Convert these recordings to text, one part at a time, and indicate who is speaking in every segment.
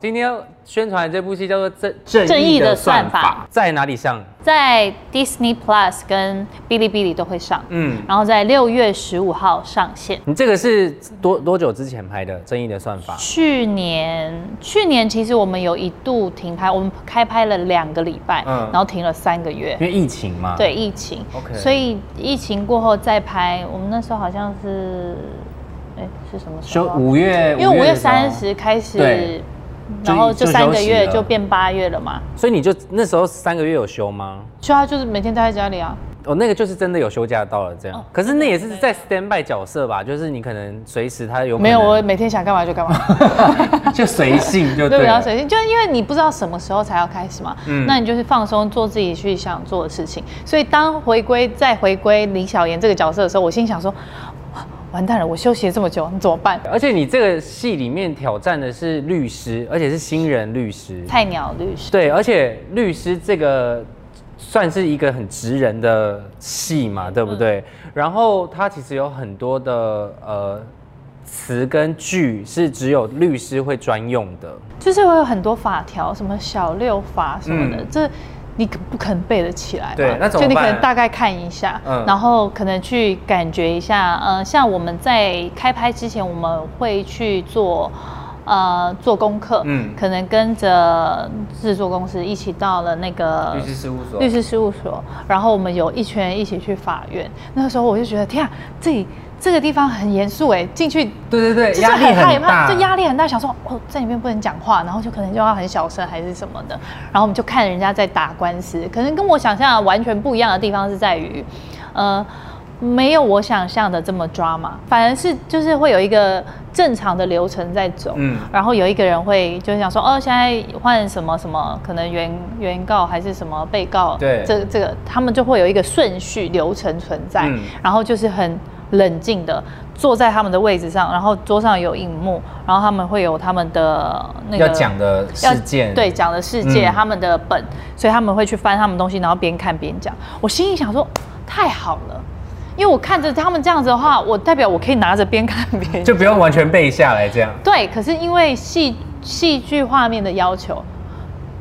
Speaker 1: 今天宣传的这部戏叫做《正
Speaker 2: 正义的算法》，
Speaker 1: 在哪里上？
Speaker 2: 在 Disney Plus 跟哔哩哔哩都会上，
Speaker 1: 嗯，
Speaker 2: 然后在六月十五号上线。
Speaker 1: 你这个是多多久之前拍的《正义的算法》？
Speaker 2: 去年，去年其实我们有一度停拍，我们开拍了两个礼拜，
Speaker 1: 嗯
Speaker 2: 然后停了三个月
Speaker 1: 因，为疫情嘛。。
Speaker 2: 对疫情
Speaker 1: OK
Speaker 2: 所以疫情过后再拍，我们那时候好像是，哎、是什么时
Speaker 1: 休
Speaker 2: 候啊？
Speaker 1: 五月，
Speaker 2: 因为五月
Speaker 1: 的时候
Speaker 2: 三，十开始
Speaker 1: 对，
Speaker 2: 然后
Speaker 1: 就
Speaker 2: 就
Speaker 1: 就
Speaker 2: 三个
Speaker 1: 休息
Speaker 2: 月
Speaker 1: 了
Speaker 2: 就变八月了嘛，
Speaker 1: 所以你就那时候三个月有休吗？
Speaker 2: 就他就是每天待在家里啊。
Speaker 1: 哦，那个就是真的有休假到了这样。
Speaker 2: 哦
Speaker 1: 可是那也是在 stand by 角色吧，就是你可能随时他有可能
Speaker 2: 没有，我每天想干嘛就干嘛。
Speaker 1: 就随性就
Speaker 2: 对，
Speaker 1: 对
Speaker 2: 比较
Speaker 1: 了。
Speaker 2: 随性，就是因为你不知道什么时候才要开始嘛，
Speaker 1: 嗯
Speaker 2: 那你就是放松做自己去想做的事情。所以当回归再回归李小妍这个角色的时候，我心想说，哇完蛋了，我休息了这么久，你怎么办？
Speaker 1: 而且你这个戏里面挑战的是律师，而且是新人律师。
Speaker 2: 菜鸟律师，
Speaker 1: 对，而且律师这个算是一个很直人的戏嘛，对不对？然后它其实有很多的呃词跟句是只有律师会专用的。
Speaker 2: 就是会有很多法条，什么小六法什么的，
Speaker 1: 嗯
Speaker 2: 这你可不可能背得起来嘛？
Speaker 1: 对那怎么
Speaker 2: 就你可
Speaker 1: 办
Speaker 2: 能大概看一下，
Speaker 1: 嗯
Speaker 2: 然后可能去感觉一下。呃，像我们在开拍之前，我们会去做。呃，做功课，
Speaker 1: 嗯
Speaker 2: 可能跟着制作公司一起到了那个
Speaker 1: 律师事务所
Speaker 2: 律师事务所，然后我们有一圈一起去法院。那个时候我就觉得，天啊，这里这个地方很严肃哎，进去
Speaker 1: 对对对，
Speaker 2: 就是
Speaker 1: 压力
Speaker 2: 很害
Speaker 1: 很
Speaker 2: 怕，
Speaker 1: 大，
Speaker 2: 就压力很大，想说哦，在里面不能讲话，然后就可能就要很小声还是什么的，然后我们就看人家在打官司，可能跟我想象的完全不一样的地方是在于，呃。没有我想象的这么抓嘛，反而是就是会有一个正常的流程在走，
Speaker 1: 嗯
Speaker 2: 然后有一个人会就是想说，哦，现在换什么什么，可能原原告还是什么被告，
Speaker 1: 对
Speaker 2: 这这个他们就会有一个顺序流程存在，
Speaker 1: 嗯
Speaker 2: 然后就是很冷静的坐在他们的位置上，然后桌上有荧幕，然后他们会有他们的那个
Speaker 1: 要讲的
Speaker 2: 要
Speaker 1: 事件，
Speaker 2: 对，讲的世界，
Speaker 1: 嗯
Speaker 2: 他们的本，所以他们会去翻他们东西，然后边看边讲。我心里想说，太好了，因为我看着他们这样子的话，我代表我可以拿着边看边讲
Speaker 1: 就不用完全背下来这样。
Speaker 2: 对，可是因为戏戏剧画面的要求，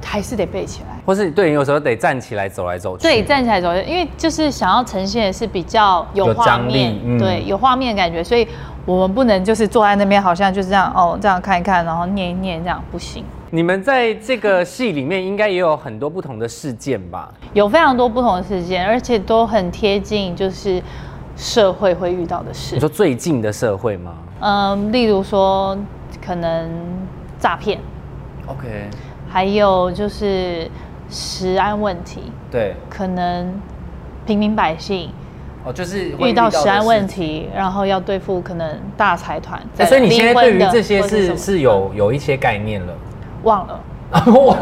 Speaker 2: 还是得背起来。
Speaker 1: 或是对，有时候得站起来走来走去。
Speaker 2: 对，站起来走，因为就是想要呈现的是比较有画面
Speaker 1: 有张力，嗯
Speaker 2: 对，有画面的感觉，所以我们不能就是坐在那边好像就是这样哦，这样看一看，然后念一念，这样不行。
Speaker 1: 你们在这个戏里面应该也有很多不同的事件吧？
Speaker 2: 有非常多不同的事件，而且都很贴近就是社会会遇到的事
Speaker 1: 你，说最近的社会吗
Speaker 2: 嗯，例如说可能诈骗，
Speaker 1: ？OK，
Speaker 2: 还有就是食安问题，
Speaker 1: 对，
Speaker 2: 可能平民百姓
Speaker 1: 哦，就是会
Speaker 2: 遇到
Speaker 1: 的
Speaker 2: 食安问
Speaker 1: 事
Speaker 2: 题，然后要对付可能大财团
Speaker 1: 欸、
Speaker 2: 在
Speaker 1: 所以你现在
Speaker 2: 离婚
Speaker 1: 对于
Speaker 2: 的
Speaker 1: 这些
Speaker 2: 或什
Speaker 1: 是
Speaker 2: 么
Speaker 1: 是有有一些概念了，
Speaker 2: 忘了，
Speaker 1: 我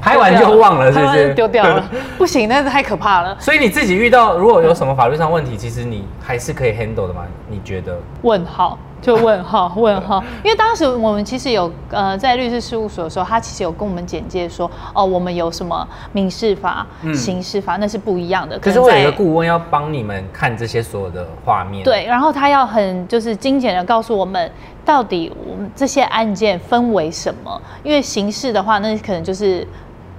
Speaker 1: 拍完就忘了，是
Speaker 2: 拍
Speaker 1: 不？
Speaker 2: 完就是 丢掉了。，不行，那太可怕 了。
Speaker 1: 所以你自己遇到如果有什么法律上问题，其实你还是可以 handle 的嘛？你觉得？
Speaker 2: 问号，就问号，问号。因为当时我们其实有呃，在律师事务所的时候，他其实有跟我们简介说，哦，我们有什么民事法、
Speaker 1: 嗯
Speaker 2: 刑事法，那是不一样的。
Speaker 1: 可是
Speaker 2: 能
Speaker 1: 会有一
Speaker 2: 在
Speaker 1: 个顾问要帮你们看这些所有的画面，，
Speaker 2: 对，然后他要很就是精简的告诉我们，到底我们这些案件分为什么？因为刑事的话，那可能就是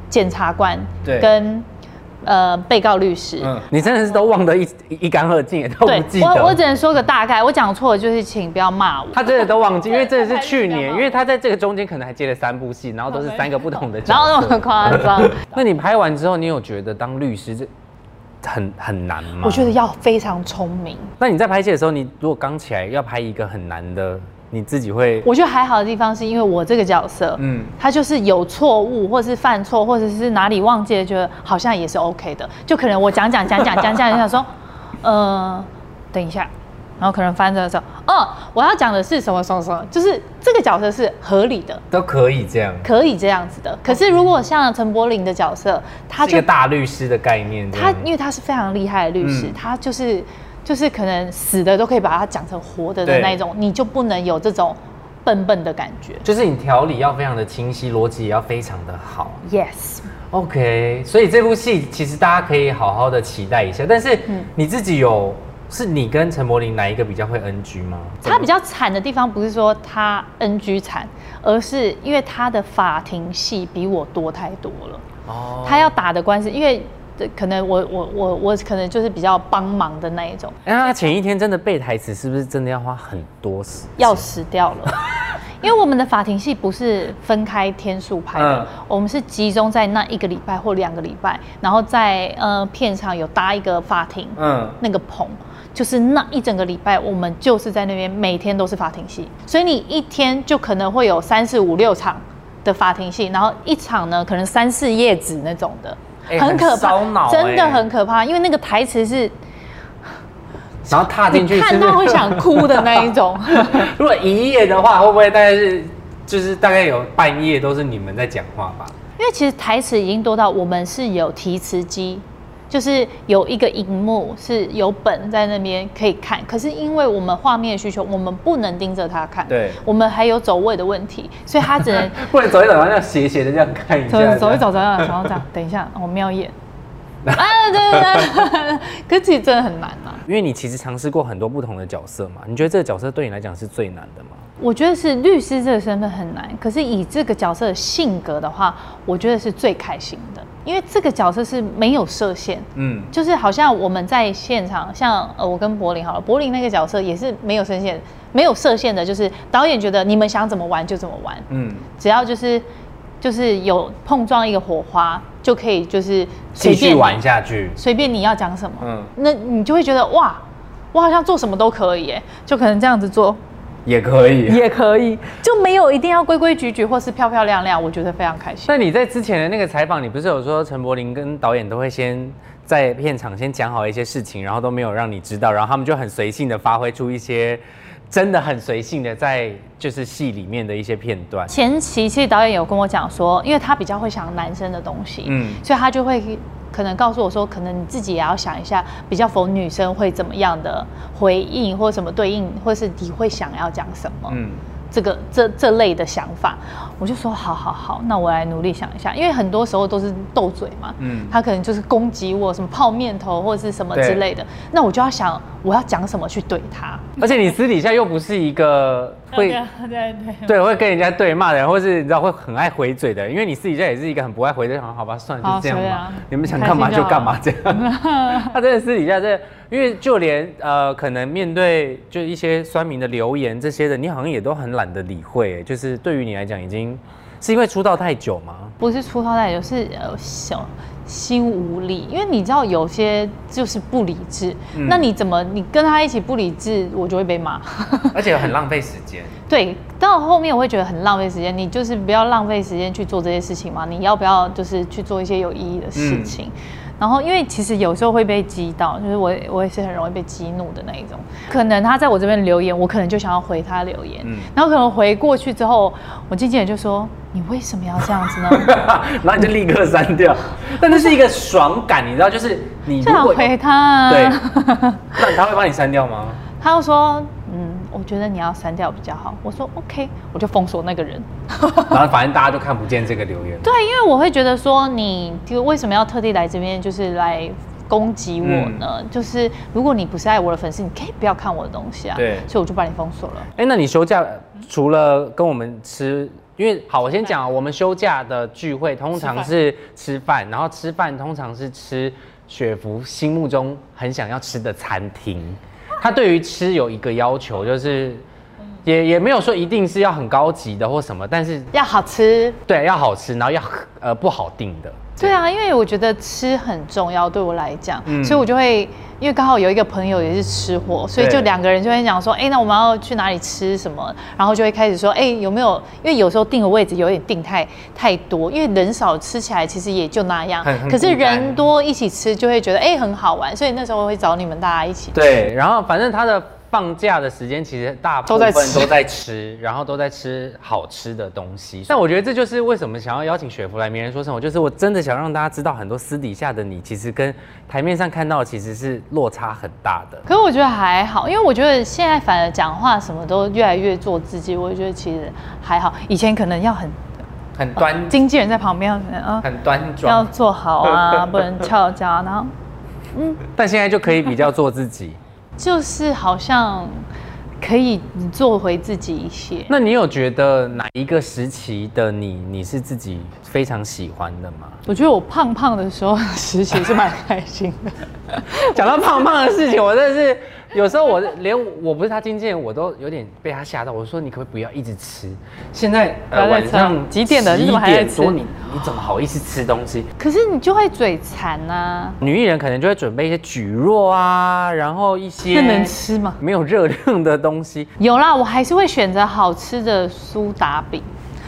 Speaker 2: 检察官
Speaker 1: 对
Speaker 2: 跟呃被告律师。
Speaker 1: 嗯，你真的是都忘得一一干二净，也都不
Speaker 2: 对
Speaker 1: 记
Speaker 2: 我，我只
Speaker 1: 得。
Speaker 2: 能说个大概，我讲错了就是请不要骂 我。
Speaker 1: 他真的都忘记，因为真的是去
Speaker 2: 我真的
Speaker 1: 年，
Speaker 2: 忘
Speaker 1: 因
Speaker 2: 了
Speaker 1: 为他在这个中间可能还接了三部戏，然后都是三个不同的角
Speaker 2: 然后那
Speaker 1: 色。
Speaker 2: 么夸张。
Speaker 1: 那你拍完之后，你有觉得当律师这很很难吗？
Speaker 2: 我觉得要非常聪明。
Speaker 1: 那你在拍戏的时候，你如果刚起来要拍一个很难的，你自己会
Speaker 2: 我觉得还好的地方是因为我这个角色，
Speaker 1: 嗯
Speaker 2: 嗯，他就是有错误，或是犯错，或者是哪里忘记了，觉得好像也是 OK 的。就可能我讲讲讲讲讲讲，想说，呃，等一下，然后可能翻着的时候，哦，我要讲的是什么什么什么，就是这个角色是合理的，
Speaker 1: 都可以这样，
Speaker 2: 可以这样子的。可是如果像陈柏霖的角色，他
Speaker 1: 是一
Speaker 2: 就
Speaker 1: 个大律师的概念这
Speaker 2: 他
Speaker 1: 样。
Speaker 2: 因为他是非常厉害的律师，
Speaker 1: 嗯
Speaker 2: 他就是就是可能死的都可以把它讲成活的的
Speaker 1: 对
Speaker 2: 那一种，你就不能有这种笨笨的感觉。
Speaker 1: 就是你条理要非常的清晰，逻辑也要非常的好。
Speaker 2: Yes，嗯
Speaker 1: OK，所以这部戏其实大家可以好好的期待一下。但是你自己有是你跟陈柏霖哪一个比较会 NG 吗？
Speaker 2: 他比较惨的地方不是说他 NG 惨，而是因为他的法庭戏比我多太多了。
Speaker 1: 哦，
Speaker 2: 他要打的官司，因为呃可能我我我我可能就是比较帮忙的那一种，
Speaker 1: 哎那他前一天真的背台词，是不是真的要花很多时间？
Speaker 2: 要死掉了。 因为我们的法庭戏不是分开天数拍的，
Speaker 1: 嗯
Speaker 2: 我们是集中在那一个礼拜或两个礼拜，然后在呃片场有搭一个法庭，
Speaker 1: 嗯，
Speaker 2: 那个棚，就是那一整个礼拜，我们就是在那边每天都是法庭戏，所以你一天就可能会有三四五六场的法庭戏，然后一场呢可能三四页纸那种的，
Speaker 1: 哎
Speaker 2: 可
Speaker 1: 很
Speaker 2: 怕，
Speaker 1: 烧脑
Speaker 2: 真的
Speaker 1: 哎
Speaker 2: 很可怕，因为那个台词是
Speaker 1: 然后踏进去
Speaker 2: 你
Speaker 1: 是不是
Speaker 2: 看到会想哭的那一种。
Speaker 1: 如果一夜的话，会不会大概是就是大概有半夜都是你们在讲话吧？
Speaker 2: 因为其实台词已经多到我们是有提词机，就是有一个荧幕是有本在那边可以看，可是因为我们画面需求，我们不能盯着它看，
Speaker 1: 对
Speaker 2: 我们还有走位的问题，所以 他只能
Speaker 1: 不然走一走，然后这样斜斜的这样看一下，
Speaker 2: 走
Speaker 1: 这样
Speaker 2: 走一走，走一走，然后这样，等一下我 瞄一眼，啊，对对对， 可是其实真的很难啊。
Speaker 1: 因为你其实尝试过很多不同的角色嘛，你觉得这个角色对你来讲是最难的吗？
Speaker 2: 我觉得是律师这个身份很难，可是以这个角色的性格的话，我觉得是最开心的，因为这个角色是没有设限，
Speaker 1: 嗯，
Speaker 2: 就是好像我们在现场，像呃，我跟柏林好了，柏林那个角色也是没有设限，没有设限的，就是导演觉得你们想怎么玩就怎么玩，
Speaker 1: 嗯，
Speaker 2: 只要就是就是有碰撞一个火花，就可以就是随
Speaker 1: 继续
Speaker 2: 便
Speaker 1: 玩下去。
Speaker 2: 随便你要讲什么，
Speaker 1: 嗯
Speaker 2: 那你就会觉得哇，我好像做什么都可以耶，就可能这样子做
Speaker 1: 也可以。
Speaker 2: 也可以，就没有一定要规规矩矩或是漂漂亮亮，我觉得非常开心。
Speaker 1: 那你在之前的那个采访，你不是有说陈柏霖跟导演都会先在片场先讲好一些事情，然后都没有让你知道，然后他们就很随性的发挥出一些真的很随性的在就是戏里面的一些片段。
Speaker 2: 前期其实导演有跟我讲说，因为他比较会想男生的东西，
Speaker 1: 嗯
Speaker 2: 嗯，所以他就会可能告诉我说，可能你自己也要想一下，比较否女生会怎么样的回应，或什么对应，或是你会想要讲什么，
Speaker 1: 嗯，
Speaker 2: 这个这这类的想法，我就说好好好，那我来努力想一下，因为很多时候都是斗嘴嘛，
Speaker 1: 嗯
Speaker 2: 嗯，他可能就是攻击我什么泡面头或者是什么之类的，那我就要想我要讲什么去怼他，
Speaker 1: 而且你私底下又不是一个会
Speaker 2: 哦对啊对。
Speaker 1: 对会跟人
Speaker 2: 嗯
Speaker 1: 家对骂的人，或是你知道会很爱回嘴的人，因为你私底下也是一个很不爱回嘴的人，好吧，算了，
Speaker 2: 好
Speaker 1: 就是这样
Speaker 2: 随
Speaker 1: 嘛，
Speaker 2: 便啊
Speaker 1: 你们想干嘛
Speaker 2: 开心
Speaker 1: 就
Speaker 2: 就好
Speaker 1: 干嘛这 样。他真的私底下这，因为就连呃，可能面对就一些酸民的留言这些的，你好像也都很懒得理会，欸就是对于你来讲，已经是因为出道太久吗？
Speaker 2: 不是粗糙代有是呃小心无力，因为你知道有些就是不理智，
Speaker 1: 嗯
Speaker 2: 那你怎么你跟他一起不理智，我就会被骂。
Speaker 1: 而且很浪费时 间。
Speaker 2: 对，到后面我会觉得很浪费时间，你就是不要浪费时间去做这些事情嘛，你要不要就是去做一些有意义的事情？
Speaker 1: 嗯
Speaker 2: 然后，因为其实有时候会被激到，就是我我也是很容易被激怒的那一种。可能他在我这边留言，我可能就想要回他留言，
Speaker 1: 嗯
Speaker 2: 然后可能回过去之后，我经纪人就说：“你为什么要这样 子呢？”
Speaker 1: 然后你就立刻删掉，但那是一个爽感，你知道，就是你
Speaker 2: 就
Speaker 1: 如
Speaker 2: 想
Speaker 1: 果
Speaker 2: 回他、啊。
Speaker 1: 对， 那他会帮你删掉吗？
Speaker 2: 他又说，嗯，我觉得你要删掉比较好。我说 OK，我就封锁那个人。
Speaker 1: 然后反正大家都看不见这个留言。
Speaker 2: 对，因为我会觉得说，你就为什么要特地来这边，就是来攻击我呢？就是如果你不是爱我的粉丝，你可以不要看我的东西啊。
Speaker 1: 对
Speaker 2: 所以我就把你封锁了。
Speaker 1: 哎、那你休假呃除了跟我们吃，因为好，我先讲啊，我们休假的聚会通常是吃饭，然后吃饭通常是吃雪芙心目中很想要吃的餐厅。他对于吃有一个要求，就是也也没有说一定是要很高级的或什么，但是
Speaker 2: 要好吃。
Speaker 1: 对要好吃，然后要呃不好定的。
Speaker 2: 对啊，因为我觉得吃很重要，对我来讲，
Speaker 1: 嗯
Speaker 2: 所以我就会，因为刚好有一个朋友也是吃货，所以就
Speaker 1: 对
Speaker 2: 两个人就会讲说，哎、那我们要去哪里吃什么？然后就会开始说，哎、有没有？因为有时候定的位置有点定太太多，因为人少吃起来其实也就那样
Speaker 1: 很很，
Speaker 2: 可是
Speaker 1: 孤单
Speaker 2: 人多一起吃就会觉得，哎、很好玩，所以那时候会找你们大家一起。
Speaker 1: 对，然后反正他的放假的时间其实大部
Speaker 2: 都
Speaker 1: 分
Speaker 2: 在
Speaker 1: 都
Speaker 2: 吃
Speaker 1: 在吃，然后都在吃好吃的东西。但我觉得这就是为什么想要邀请雪芙来名人说生活，就是我真的想让大家知道很多私底下的你，其实跟台面上看到的其实是落差很大的。
Speaker 2: 可是我觉得还好，因为我觉得现在反而讲话什么都越来越做自己，我觉得其实还好。以前可能要很
Speaker 1: 很端，
Speaker 2: 经纪人在旁边，啊、
Speaker 1: 很端
Speaker 2: 要
Speaker 1: 庄，
Speaker 2: 做好啊，不能翘家。然后
Speaker 1: 但现在就可以比较做自己。
Speaker 2: 就是好像可以做回自己一些。
Speaker 1: 那你有觉得哪一个时期的你，你是自己非常喜欢的吗？
Speaker 2: 我觉得我胖胖的时候 实习是蛮开心的，
Speaker 1: 讲到胖胖的事情，我真的是有时候我连我不是他经纪人，我都有点被他吓到。我说你可不可以不要一直吃？现在呃
Speaker 2: 不要再
Speaker 1: 晚
Speaker 2: 吃了
Speaker 1: 上
Speaker 2: 几点了你
Speaker 1: 一
Speaker 2: 怎么还在
Speaker 1: 点
Speaker 2: 吃
Speaker 1: 多，你你怎么好意思吃东西？
Speaker 2: 可是你就会啊嘴馋呐、
Speaker 1: 女艺人可能就会准备一些蒟蒻啊，然后一些
Speaker 2: 那能吃吗？
Speaker 1: 没有热量的东西。
Speaker 2: 有啦，我还是会选择好吃的苏打饼，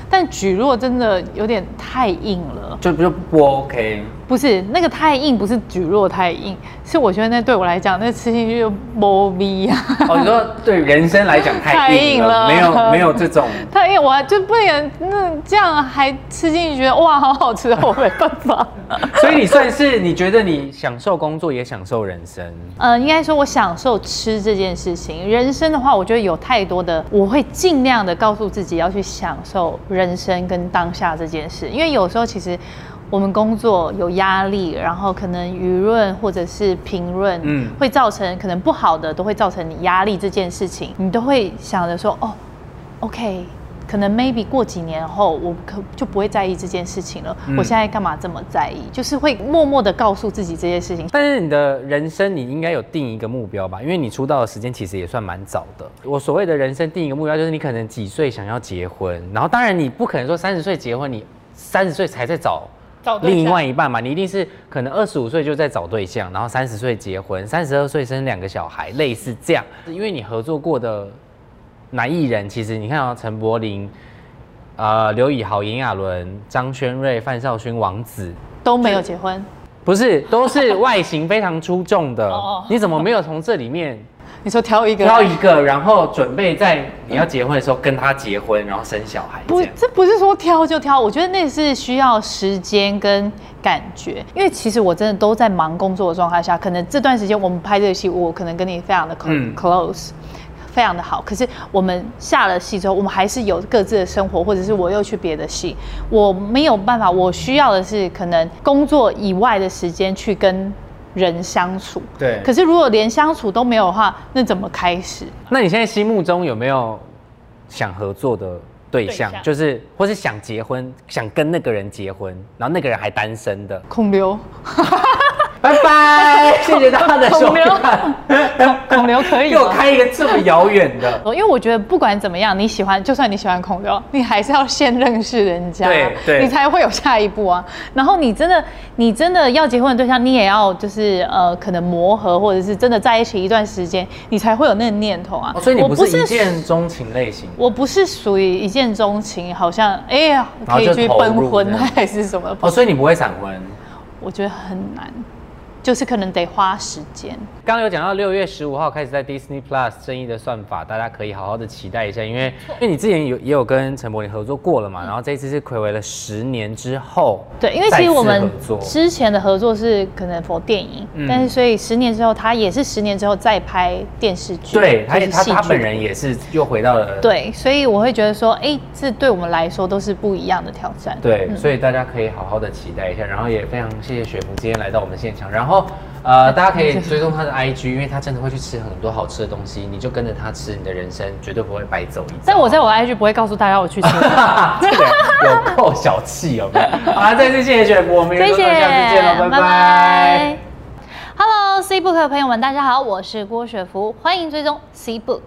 Speaker 2: 但蒟蒻真的有点太硬了。
Speaker 1: 就就不 OK，
Speaker 2: 不是那个太硬，不是蒟蒻太硬，是我觉得那对我来讲，那吃进去就没味啊。
Speaker 1: 哦，你 说对人生来讲太
Speaker 2: 太
Speaker 1: 硬
Speaker 2: 硬
Speaker 1: 了，
Speaker 2: 了
Speaker 1: 没有没有这 种
Speaker 2: 太硬，我就不能那这样还吃进去，觉得哇好好吃，我没办法。
Speaker 1: 所以你算是你觉得你享受工作也享受人生，
Speaker 2: 呃，应该说我享受吃这件事情。人生的话，我觉得有太多的，我会尽量的告诉自己要去享受人生跟当下这件事，因为有时候其实。我们工作有压力，然后可能舆论或者是评论，
Speaker 1: 嗯
Speaker 2: 嗯，会造成可能不好的，都会造成你压力这件事情，你都会想着说，哦，OK，可能 maybe 过几年后，我可就不会在意这件事情了。
Speaker 1: 嗯
Speaker 2: 我现在干嘛这么在意？就是会默默的告诉自己这些事情。
Speaker 1: 但是你的人生你应该有定一个目标吧？因为你出道的时间其实也算蛮早的。我所谓的人生定一个目标，就是你可能几岁想要结婚，然后当然你不可能说三十岁结婚，你三十岁才在找
Speaker 2: 找对象
Speaker 1: 另外一半嘛，你一定是可能二十五岁就在找对象，然后三十岁结婚，三十二岁生两个小孩，类似这样。因为你合作过的男艺人，其实你看到、哦陈柏霖。呃，刘以豪、炎亚纶、张轩瑞、范少勋、王子，
Speaker 2: 都没有结婚，
Speaker 1: 不是，都是外形非常出众的
Speaker 2: 哦哦。
Speaker 1: 你怎么没有从这里 面
Speaker 2: 你说挑一个，
Speaker 1: 挑一个，然后准备在你要结婚的时候跟他结婚，然后生小孩这
Speaker 2: 不
Speaker 1: 样，？
Speaker 2: 这不是说挑就挑，我觉得那是需要时间跟感觉。因为其实我真的都在忙工作的状态下，可能这段时间我们拍这个戏，我可能跟你非常的 cl-
Speaker 1: 嗯
Speaker 2: close，、非常的好。可是我们下了戏之后，我们还是有各自的生活，或者是我又去别的戏，我没有办法，我需要的是可能工作以外的时间去跟人相处。
Speaker 1: 对
Speaker 2: 可是如果连相处都没有的话，那怎么开始？
Speaker 1: 那你现在心目中有没有想合作的对象？
Speaker 2: 对象
Speaker 1: 就是或是想结婚，想跟那个人结婚，然后那个人还单身的？
Speaker 2: 孔刘，
Speaker 1: 拜拜， 谢谢大家的收
Speaker 2: 孔刘
Speaker 1: 看。
Speaker 2: 孔刘 可以
Speaker 1: 给我
Speaker 2: 吗？
Speaker 1: 开一个这么遥远的。
Speaker 2: 哦因为我觉得不管怎么样，你喜欢，就算你喜欢孔刘，你还是要先认识人家，
Speaker 1: 对对
Speaker 2: 你才会有下一步啊。然后你真的，你真的要结婚的对象，你也要就是呃，可能磨合，或者是真的在一起一段时间，你才会有那个念头啊。
Speaker 1: 哦所以你
Speaker 2: 我
Speaker 1: 不是一见钟情类型，
Speaker 2: 我不是属于一见钟情，好像哎呀
Speaker 1: 然后就
Speaker 2: 可以去
Speaker 1: 投入
Speaker 2: 奔
Speaker 1: 这
Speaker 2: 婚
Speaker 1: 样
Speaker 2: 还是什么？
Speaker 1: 哦，所以你不会闪婚。
Speaker 2: 我觉得很难，就是可能得花时间。
Speaker 1: 刚刚有讲到六月十五号开始在 Disney Plus 正义的算法，大家可以好好的期待一下，因为因为你之前有也有跟陈柏霖合作过了嘛，然后这一次是暌违了十年之后，
Speaker 2: 嗯对，因为其实我们
Speaker 1: 再次合作
Speaker 2: 之前的合作是可能否电影，
Speaker 1: 嗯
Speaker 2: 但是所以十年之后，他也是十年之后再拍电视剧，
Speaker 1: 对
Speaker 2: 就
Speaker 1: 他
Speaker 2: 是
Speaker 1: 他
Speaker 2: 戏
Speaker 1: 他
Speaker 2: 剧
Speaker 1: 本人也是又回到了
Speaker 2: 对，所以我会觉得说，哎，这对我们来说都是不一样的挑战。
Speaker 1: 对，
Speaker 2: 嗯
Speaker 1: 所以大家可以好好的期待一下，然后也非常谢谢雪芙今天来到我们现场，然后
Speaker 2: 嗯
Speaker 1: 呃，大家可以追踪她的 IG，因为她真的会去吃很多好吃的东西，你就跟着她吃，你的人生绝对不会白走一遭。
Speaker 2: 但我在我的 IG 不会告诉大家 我去吃。
Speaker 1: 哈哈这个有够小气哦！好啦，再次谢谢雪芙，我们
Speaker 2: 谢
Speaker 1: 下
Speaker 2: 谢，
Speaker 1: 次见喽，拜
Speaker 2: 拜
Speaker 1: 拜。
Speaker 2: 拜 Hello C Book 的朋友们，大家好，我是郭雪芙，欢迎追踪 C Book。